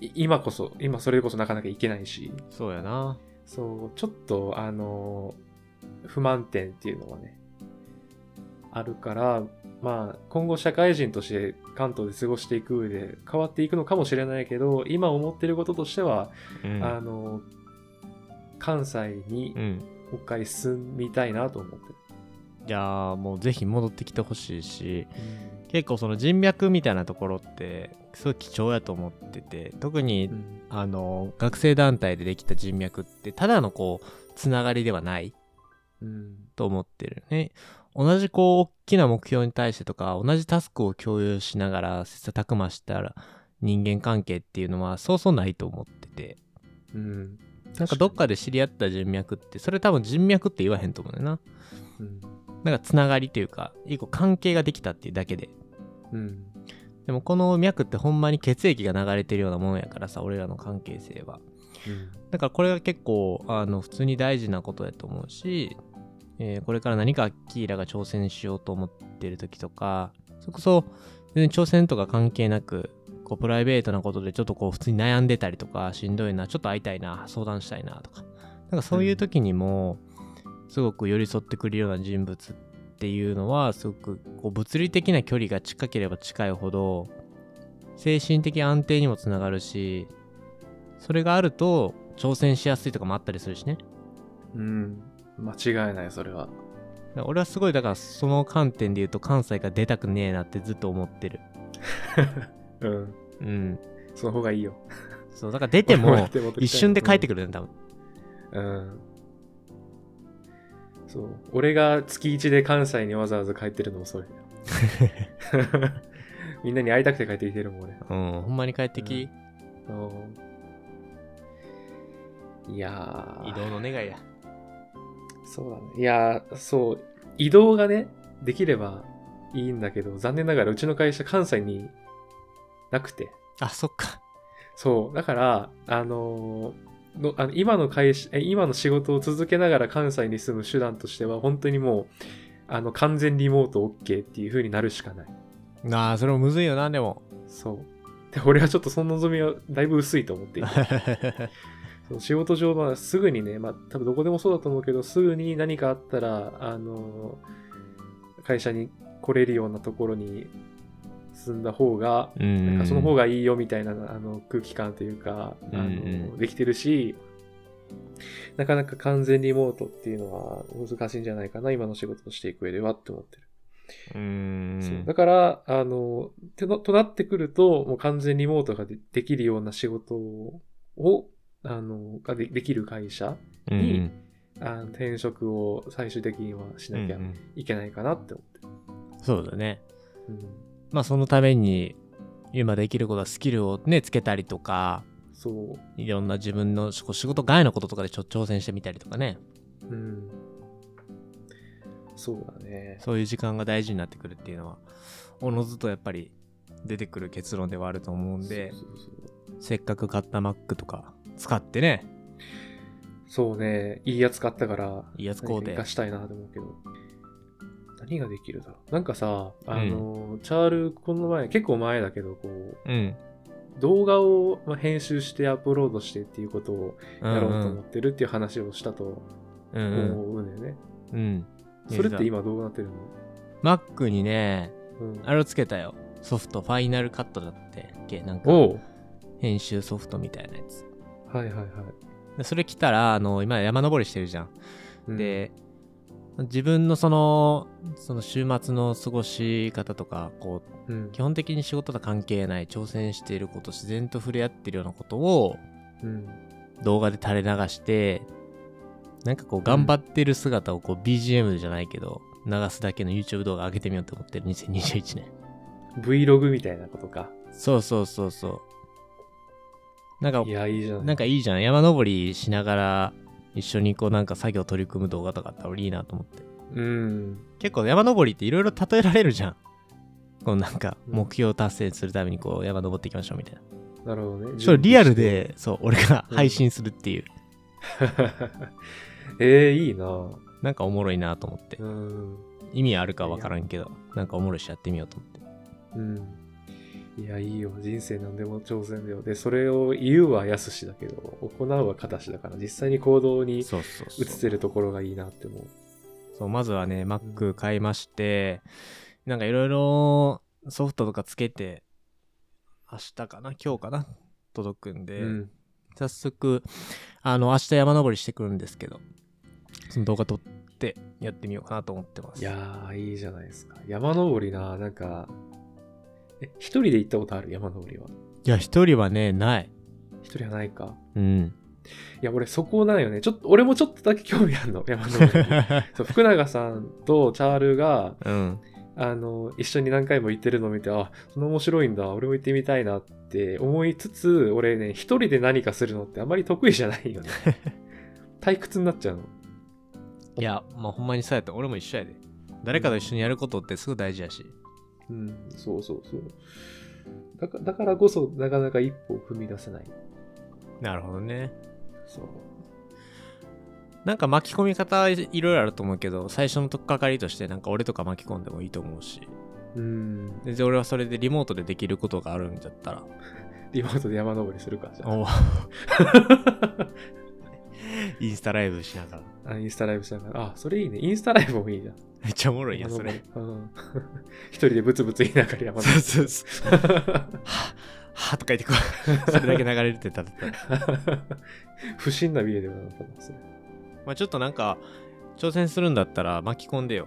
S1: い今こそ、今それこそなかなか行けないし、
S2: うん。そうやな。
S1: そう、ちょっと、あの不満点っていうのはね、あるから、まあ、今後社会人として関東で過ごしていく上で変わっていくのかもしれないけど、今思ってることとしては、
S2: うん。
S1: あの関西に
S2: うん。
S1: もう一回住みたいなと思ってる。
S2: いやーもうぜひ戻ってきてほしいし、結構その人脈みたいなところって、すごい貴重やと思ってて、特に、
S1: うん
S2: あの、学生団体でできた人脈って、ただのこう、つながりではない。
S1: うん。
S2: と思ってるね。同じこう大きな目標に対してとか同じタスクを共有しながら切磋琢磨したら人間関係っていうのはそうそうないと思ってて
S1: うん。
S2: なんかどっかで知り合った人脈ってそれ多分人脈って言わへんと思うねんだよ
S1: うん。
S2: ななんかつながりというか一個関係ができたっていうだけで
S1: うん。
S2: でもこの脈ってほんまに血液が流れてるようなものやからさ俺らの関係性はだからこれが結構あの普通に大事なことやと思うし、えーこれから何かアッキーラが挑戦しようと思ってる時とかそれこそ全然挑戦とか関係なくこうプライベートなことでちょっとこう普通に悩んでたりとかしんどいなちょっと会いたいな相談したいなとかなんかそういう時にもすごく寄り添ってくるような人物っていうのはすごくこう物理的な距離が近ければ近いほど精神的安定にもつながるしそれがあると挑戦しやすいとかもあったりするしね
S1: うん。間違いない、それは。
S2: だから俺はすごいだからその観点で言うと関西から出たくねえなってずっと思ってる
S1: うん。
S2: うん
S1: その方がいいよ。
S2: そうだから出て
S1: 俺
S2: も
S1: 手元痛い
S2: 一瞬で帰ってくるね多分
S1: うん。そう。俺が月1で関西にわざわざ帰ってるのも それ。みんなに会いたくて帰ってきてるもん、俺。
S2: うん、ほんまに帰ってき、
S1: そういやー
S2: 移動の願いや
S1: そうだね。いやーそう、移動がね、できればいいんだけど、残念ながらうちの会社関西になくて。
S2: あそっか
S1: そう、だから、あのーのあの今の会社、え今の仕事を続けながら関西に住む手段としては、本当にもう、あの、完全リモート OK っていう風になるしかない。
S2: なあそれもむずいよなでも
S1: そう。で、俺はちょっとその望みはだいぶ薄いと思っていて。その仕事上、まあ、すぐにね、まあ、多分どこでもそうだと思うけど、すぐに何かあったら、あのー会社に来れるようなところに住んだ方が、
S2: うん
S1: なんかその方がいいよみたいなあの空気感というか、あの
S2: うんうん
S1: できてるし、なかなか完全リモートっていうのは難しいんじゃないかな、今の仕事をしていく上ではって思ってる。
S2: う
S1: そうんだから、あの、てのとなってくると、もう完全リモートがでできるような仕事を、あの、がでできる会社
S2: うんうん
S1: あの転職を最終的にはしなきゃ
S2: うんうん
S1: いけないかなって思って
S2: そうだね
S1: る。
S2: まあそのために今できることはスキルをねつけたりとか
S1: うん、そ
S2: いろんな自分のこう仕事外のこととかでちょ挑戦してみたりとかね
S1: う。うん。そうだね。
S2: そういう時間が大事になってくるっていうのはおのずとやっぱり出てくる結論ではあると思うんで
S1: そうそうそう
S2: せっかく買った Mac とか使ってね
S1: そうね、いいやつ買ったから、
S2: いいやつ買
S1: 何
S2: う
S1: か
S2: て
S1: 生かしたいなと思うけど。何ができるだろう。なんかさ、あの、チャール、この前、結構前だけど、こう、
S2: うん
S1: 動画をまあ編集してアップロードしてっていうことを
S2: うん
S1: やろうと思ってるっていう話をしたと
S2: うんうん
S1: 思うんだよね。
S2: うん
S1: それって今どうなってるの、
S2: Mac にね
S1: うん、
S2: あれをつけたよソフトファイナルカットだってっけなんか
S1: おう
S2: 編集ソフトみたいなやつ
S1: はいはいはい。
S2: でそれ来たらあの今山登りしてるじゃん
S1: うん、
S2: で自分のそのその週末の過ごし方とかこう
S1: うん
S2: 基本的に仕事とは関係ない挑戦していること自然と触れ合ってるようなことを
S1: うん、
S2: 動画で垂れ流してなんかこう頑張ってる姿をこう BGM じゃないけど流すだけの YouTube 動画上げてみようと思ってる2021年
S1: Vlog みたいなことか。
S2: そうそうそうそうなんか
S1: いや、いいじゃん。
S2: なんかいいじゃん山登りしながら一緒にこうなんか作業取り組む動画とかあったら俺いいなと思って
S1: うん。
S2: 結構山登りっていろいろ例えられるじゃん。こうなんか
S1: うん
S2: 目標達成するためにこう山登っていきましょうみたいな。
S1: なるほどね。
S2: それリアル
S1: 準
S2: で、そう、俺が
S1: うん
S2: 配信するっていう、
S1: 備して。 えー、いいな
S2: なんかおもろいなと思って
S1: う。ん。
S2: 意味あるかわからんけど、なんかおもろいしやってみようと思って。
S1: うん。いや、いいよ。人生なんでも挑戦だよ。で、それを言うはやすしだけど、行うは形だから、実際に行動に
S2: そうそう
S1: 移
S2: そ
S1: せ
S2: う。
S1: るところがいいなって思う。
S2: そう、まずはね、Mac 買いまして、なんかいろいろソフトとかつけて、明日かな今日かな届くんで、
S1: うん。
S2: 早速、あの、明日山登りしてくるんですけど、その動画撮ってやってみようかなと思ってます。
S1: いやー、いいじゃないですか。山登りな、なんか、え、一人で行ったことある山登りは。
S2: いや、一人はね、ない。
S1: 一人はないか。
S2: うん。
S1: いや、俺そこなのよね。ちょっと、俺もちょっとだけ興味あるの、山登りに。そう福永さんとチャールが
S2: うん。
S1: あの一緒に何回も行ってるのを見てあその面白いんだ俺も行ってみたいなって思いつつ俺ね一人で何かするのってあまり得意じゃないよね退屈になっちゃうの
S2: いや、まあ、ほんまにそうやった。俺も一緒やで。誰かと一緒にやることってすごい大事やし。
S1: うんそうそうそうだかだからこそ、なかなか一歩を踏み出せない。
S2: なるほどね。
S1: そう。
S2: なんか巻き込み方いろいろあると思うけど、最初のとっかかりとして、なんか俺とか巻き込んでもいいと思うし、
S1: うん。
S2: で俺はそれでリモートでできることがあるんだったら、
S1: リモートで山登りするか、じゃ
S2: お インスタライブしながら。
S1: あ。あインスタライブしながら。あ、それいいね。インスタライブもいいじゃん。
S2: めっちゃおもろいやん、そ
S1: 山
S2: れ。
S1: 登り。うん。 一人でブツブツ言いながら山
S2: そう
S1: 登り。
S2: そうそう。 は、はとか言ってこ う。それだけ流れるってただったら。
S1: 不審なビデオでもなかったですね。
S2: まあちょっとなんか、挑戦するんだったら巻き込んでよ。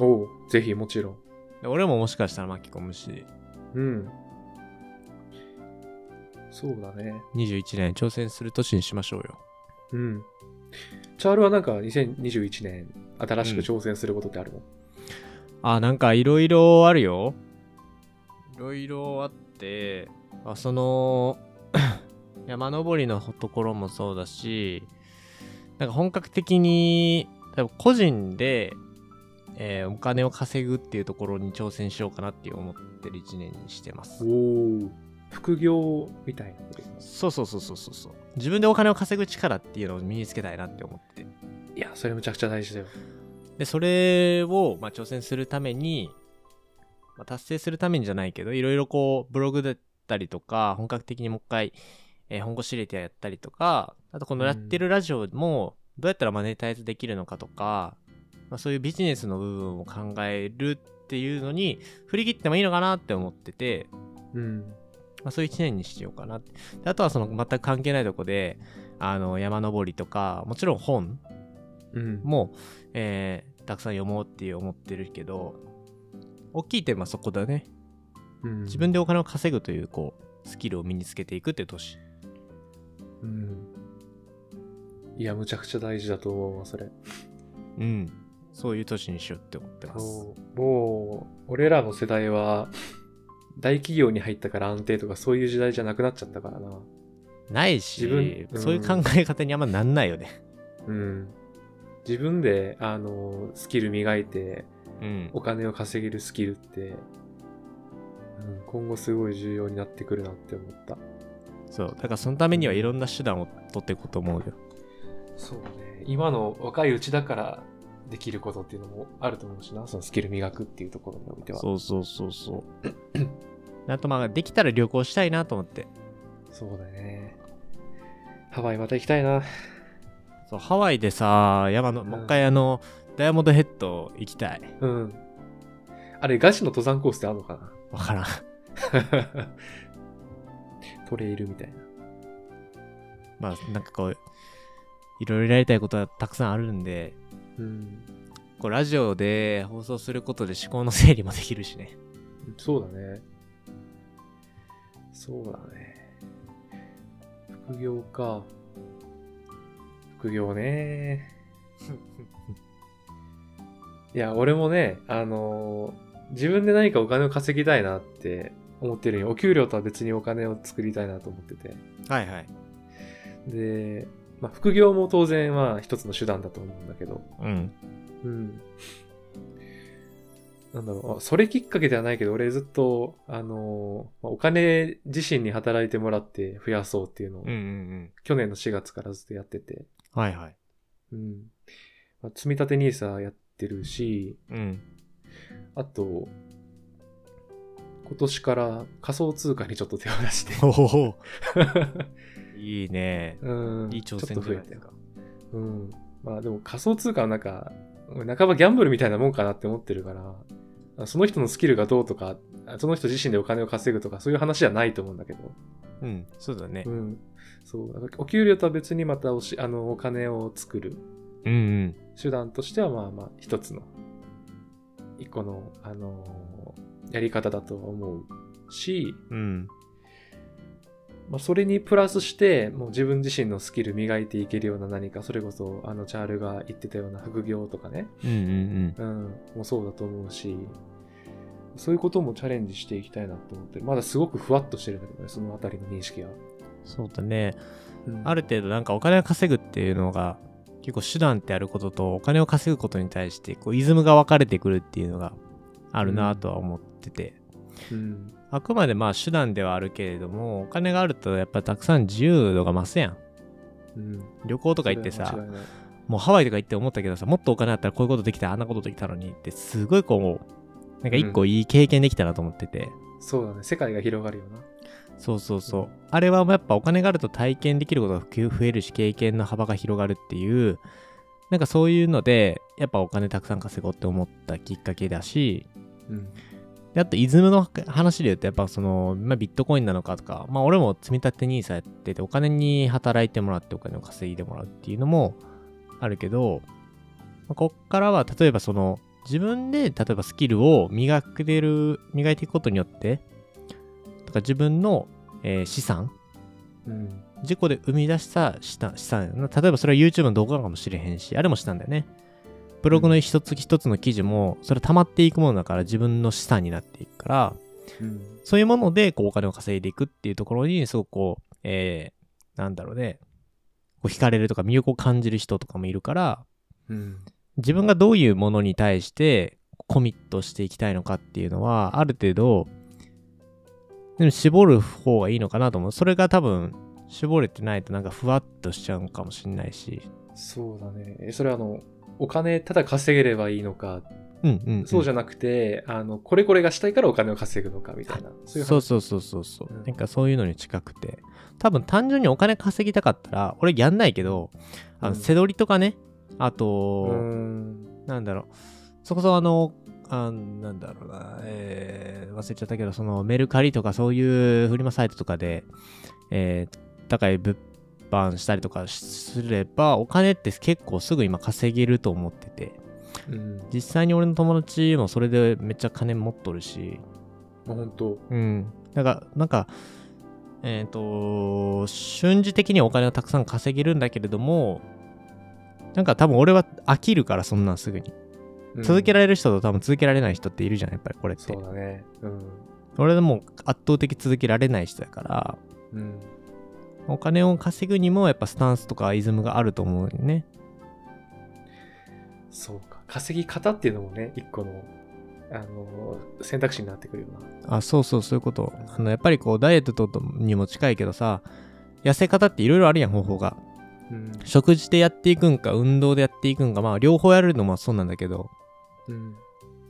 S1: おう、ぜひ、もちろん。
S2: で俺ももしかしたら巻き込むし、
S1: うん。そうだね。
S2: 21年挑戦する年にしましょうよ。
S1: うん。チャールはなんか2021年新しく挑戦することってあるの、
S2: あ、なんかいろいろあるよ。いろいろあって、あその、 山登りのところもそうだし、なんか本格的に、多分個人で、えーお金を稼ぐっていうところに挑戦しようかなって思ってる一年にしてます。
S1: おお。副業みたいなこと
S2: そうそうそうそうそうそう。自分でお金を稼ぐ力っていうのを身につけたいなって思って。
S1: いや、それむちゃくちゃ大事だよ。
S2: で、それを、まあ、挑戦するために、まあ、達成するためにじゃないけど、いろいろこう、ブログだったりとか、本格的にもう一回、えー本腰入れてやったりとか、あとこの
S1: うん
S2: やってるラジオも、どうやったらマネタイズできるのかとか、まあ、そういうビジネスの部分を考えるっていうのに、振り切ってもいいのかなって思ってて、
S1: うん。
S2: まあ、そういう一年にしようかなって。であとはその、全く関係ないとこで、あの、山登りとか、もちろん本
S1: うん。
S2: も、えーたくさん読もうっていう思ってるけど大きいテーマはそこだね
S1: うん
S2: 自分でお金を稼ぐというこうスキルを身につけていくっていう年
S1: うん。いや、むちゃくちゃ大事だと思うわ、それ。
S2: うんそういう年にしようって思ってます
S1: そうもう、俺らの世代は、大企業に入ったから安定とかそういう時代じゃなくなっちゃったからな。
S2: ないし、
S1: 自分うん
S2: そういう考え方にあんまなんないよね
S1: うん。自分で、あの、スキル磨いて、
S2: うん
S1: お金を稼げるスキルって、うん、今後すごい重要になってくるなって思った。
S2: そうだからそのためにはいろんな手段を取っていこうと思うよ
S1: そうね。今の若いうちだからできることっていうのもあると思うしな。そのスキル磨くっていうところにおいては。
S2: そうそうそうそう あとまあできたら旅行したいなと思って
S1: そうだね。ハワイまた行きたいな。
S2: そうハワイでさ山の、
S1: うん
S2: もう一回あのダイヤモンドヘッド行きたい
S1: うん。あれ、ガチの登山コースってあるのか
S2: わからん
S1: な トレイルみたいな。
S2: まあなんかこういろいろやりたいことはたくさんあるんで
S1: うん。
S2: こうラジオで放送することで思考の整理もできるしね
S1: そうだね。そうだね。副業か。副業ね。いや、俺もね、あのー自分で何かお金を稼ぎたいなって思ってるよ。お給料とは別にお金を作りたいなと思ってて。
S2: はいはい
S1: で、まあ、副業も当然は一つの手段だと思うんだけど、
S2: うん
S1: うん。なんだろう、あそれきっかけではないけど、俺ずっと、あのーまあお金自身に働いてもらって増やそうっていうのを、
S2: うんうんうん
S1: 去年の4月からずっとやってて、
S2: はいはい
S1: うん。まあ、積み立て NISA やってるし、
S2: うん
S1: あと、今年から仮想通貨にちょっと手を出して、
S2: おおいいね
S1: うん。
S2: いい挑
S1: ち
S2: 戦
S1: ょっと
S2: じゃ
S1: 増
S2: な
S1: え
S2: い
S1: た
S2: です
S1: よ。
S2: か
S1: うん。まあでも仮想通貨はなんか、半ばギャンブルみたいなもんかなって思ってるから、その人のスキルがどうとか、その人自身でお金を稼ぐとか、そういう話じゃないと思うんだけど。
S2: うんそうだね
S1: うん。そう。だからお給料とは別にまたおし、あの、お金を作る
S2: うんうん
S1: 手段としては、まあまあ、一つの、一個の、あのやり方だとは思うし、
S2: うん
S1: まあ、それにプラスして、もう自分自身のスキル磨いていけるような何か、それこそ、あの、チャールが言ってたような副業とかね、
S2: うんう
S1: う
S2: ん
S1: ん、もうそうだと思うし、そういうこともチャレンジしていきたいなと思ってる。まだすごくふわっとしてるんだけどね、そのあたりの認識は。
S2: そうだね
S1: うん
S2: ある程度なんかお金を稼ぐっていうのが結構手段ってあることとお金を稼ぐことに対してこうイズムが分かれてくるっていうのがあるなとは思ってて、
S1: うん。
S2: あくまでまあ手段ではあるけれどもお金があるとやっぱたくさん自由度が増すやん
S1: うん。と
S2: 旅行とか行ってさもうハワイとか行って思ったけどさもっとお金あったらこういうことできたあんなことできたのにってすごいこうもうなんか一個いい経験できたなと思ってて、
S1: そうだね。世界が広がるよな。
S2: そうそうそうあれはやっぱお金があると体験できることが増えるし経験の幅が広がるっていうなんかそういうのでやっぱお金たくさん稼ごうって思ったきっかけだし
S1: うん。
S2: であと、イズムの話で言うと、やっぱその、まあ、ビットコインなのかとか、まあ、俺も積み立て NISA やってて、お金に働いてもらって、お金を稼いでもらうっていうのもあるけど、まあ、こっからは、例えばその、自分で、例えばスキルを磨くてる、磨いていくことによって、とか自分の、えー資産、
S1: うん。
S2: 自己で生み出した資産資産やな例えばそれは YouTube の動画かもしれへんし、あれもしたんだよね。ブログの一つ一つの記事も、それ溜まっていくものだから自分の資産になっていくから、
S1: うん。
S2: そういうもので、こう、お金を稼いでいくっていうところに、すごくこう、えー、なんだろうね、こう、惹かれるとか、魅力を感じる人とかもいるから、
S1: うん。
S2: 自分がどういうものに対して、コミットしていきたいのかっていうのは、ある程度、でも絞る方がいいのかなと思う。それが多分、絞れてないとなんかふわっとしちゃうのかもしれないし。
S1: そうだね。えそれはあの、お金ただ稼げればいいのか、
S2: うんうん、うん。
S1: そうじ
S2: ゃ
S1: ゃなくて、あの、これこれがしたいからお金を稼ぐのかみたいな。そういう話
S2: そうそうそうそうそう、
S1: うん
S2: なんかそういうのに近くて。多分単純にお金稼ぎたかったら、俺やんないけど、あ
S1: うん
S2: の、背取りとかね、あ
S1: うー
S2: と、
S1: ん。
S2: なんだろう、そこそこあの、あなんだろうな、えー忘れちゃったけど、そのメルカリとかそういうフリマサイトとかで、えー高い物販したりとかすれば、お金って結構すぐ今稼げると思ってて、
S1: うん。も
S2: 実際に俺の友達もそれでめっちゃ金持っとるし、
S1: う本当。
S2: うん。なんか、なんか、えっ、と、瞬時的にお金をたくさん稼げるんだけれども、なんか多分俺は飽きるから、そんなんすぐに。
S1: うん
S2: 続けられる人と多分続けられない人っているじゃん、やっぱりこれって
S1: そう。だね。うん。
S2: 俺はもう圧倒的続けられない人だから、
S1: うん。
S2: お金を稼ぐにもやっぱスタンスとかイズムがあると思うよね。
S1: そうか。稼ぎ方っていうのもね、一個の、あの、選択肢になってくるよな。
S2: あ、そうそう、そういうこと。あの、やっぱりこう、ダイエットとにも近いけどさ、痩せ方っていろいろあるやん、方法が。
S1: うん。
S2: 食事でやっていくんか、運動でやっていくんか、まあ、両方やるのもそうなんだけど、
S1: うん。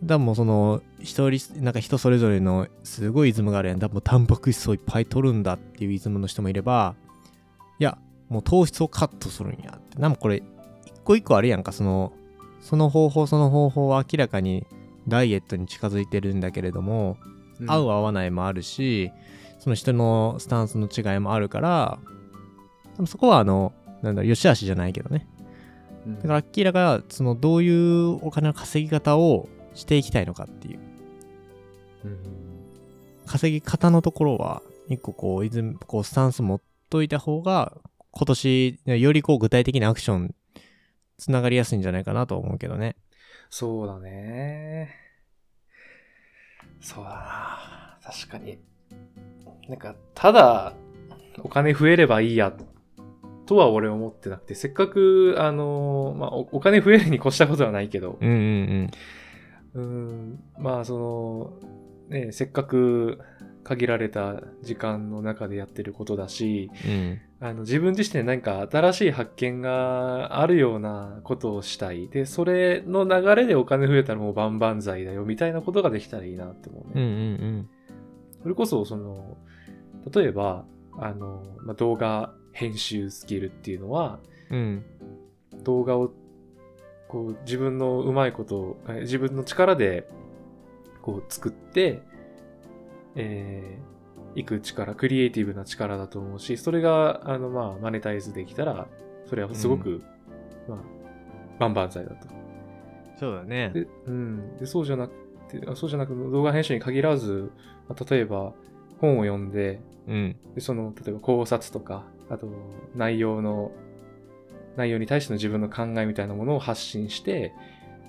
S2: だからもうその一人なんか人それぞれのすごいイズムがあるやんだからもうタンパク質をいっぱい取るんだっていうイズムの人もいればいやもう糖質をカットするんやってなんかこれ一個一個あるやんかそのその方法その方法は明らかにダイエットに近づいてるんだけれども、合う
S1: わ。
S2: 合わないもあるしその人のスタンスの違いもあるから多分そこはあのなんだろう良し悪しじゃないけどね
S1: うん
S2: だから、キーラが、その、どういうお金の稼ぎ方をしていきたいのかっていう、
S1: うん。
S2: 稼ぎ方のところは、一個こう、いずこう、スタンス持っといた方が、今年、よりこう、具体的なアクション、つながりやすいんじゃないかなと思うけどね。
S1: そうだね。そうだな。確かに。なんか、ただ、お金増えればいいや、とは俺思ってなくて、せっかく、あの、まあ、おお金増えるに越したことはないけど、
S2: うん
S1: う
S2: うん
S1: ーん、まあその、ね、せっかく限られた時間の中でやってることだし、
S2: うん。うん。
S1: あの自分自身で何か新しい発見があるようなことをしたい。で、それの流れでお金増えたらもう万々歳だよみたいなことができたらいいなって思う
S2: うんう
S1: ね。
S2: ん
S1: それこそ、その、例えば、あの、まあ、動画編集スキルっていうのは、
S2: うん。うん。
S1: 動画をこう自分のうまいことをえ自分の力でこう作って、えー、いく力クリエイティブな力だと思うしそれがあのまあマネタイズできたらそれはすごく、まあ万々歳だと
S2: そうだね。
S1: で,、うん、でそうじゃなくてあそうじゃなく動画編集に限らず、まあ例えば本を読んで
S2: うん。
S1: でその例えば考察とかあと内容の内容に対しての自分の考えみたいなものを発信して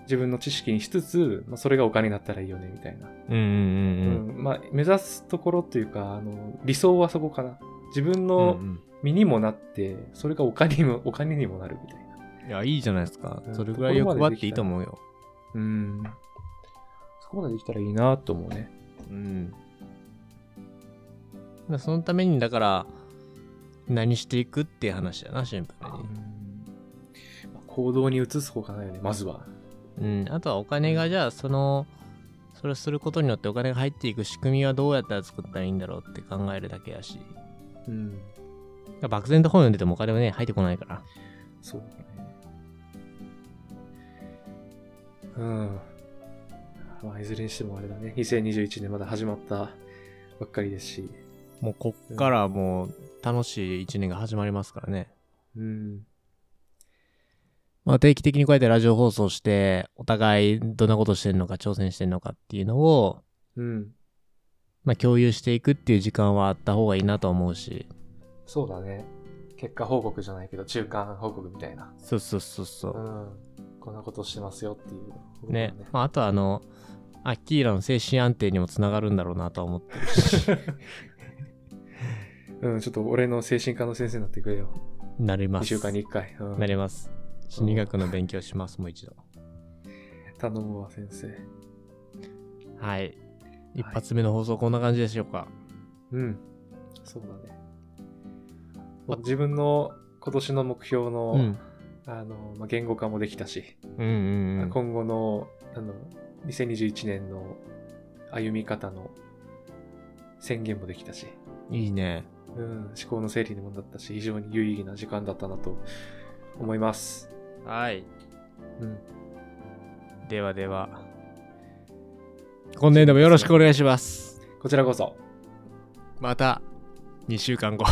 S1: 自分の知識にしつつ、まあ、それがお金になったらいいよねみたいな、
S2: うんうんうん
S1: うんまあ、目指すところっていうかあの理想はそこかな自分
S2: うん。
S1: の
S2: うん
S1: 身にもなって、それがお金にもお金にもなるみたいな
S2: うんいや、いいじゃないですか
S1: う。ん
S2: それぐらい欲張っていいと思うよ。
S1: うんそこまでできたらいいなと思うね
S2: うん。らそのためにだから何していくっていう話だなシンプ
S1: まあ行動に移す方かないよね、まずは。
S2: ルに、うん、あとはお金がじゃあそのそれをすることによってお金が入っていく仕組みはどうやったら作ったらいいんだろうって考えるだけやし
S1: うん。
S2: 漠然と本読んでてもお金はね入ってこないから
S1: そうだね。うん。まあ、いずれにしてもあれだね。2021年まだ始まったばっかりですし。
S2: もうこっからもう楽しい一年が始まりますからね
S1: うん。
S2: まあ、定期的にこうやってラジオ放送して、お互いどんなことしてんのか、挑戦してんのかっていうのを、
S1: うん。
S2: まあ、共有していくっていう時間はあった方がいいなと思うし。
S1: そうだね。結果報告じゃないけど、中間報告みたいな。
S2: そうそうそうそうう。
S1: ん。こんなことしてますよっていう報告だ
S2: ね。まあ、あとはあの、アッキーラの精神安定にもつながるんだろうなとは思ってるし、
S1: うん、ちょっと俺の精神科の先生になってくれよ。
S2: なりま
S1: 2
S2: す。
S1: 週間に1回。うん
S2: なります。心理学の勉強します、もう一度。
S1: 頼むわ、先生。
S2: はい。一発目の放送こんな感じでしょうか。
S1: うん。そうだね。自分の今年の目標の、
S2: うん。
S1: あの、まあ、言語化もできたし、
S2: うんうんうん。
S1: 今後の、あの、2021年の歩み方の宣言もできたし、
S2: いいね。
S1: うん、思考の整理にもなったし、非常に有意義な時間だったなと思います。
S2: はい。
S1: うん。
S2: ではでは。今年度もよろしくお願いします。
S1: こちらこそ。
S2: また2週間後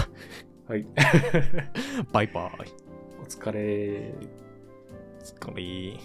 S1: はい。
S2: バイバイ
S1: お疲れ。
S2: ツッコミ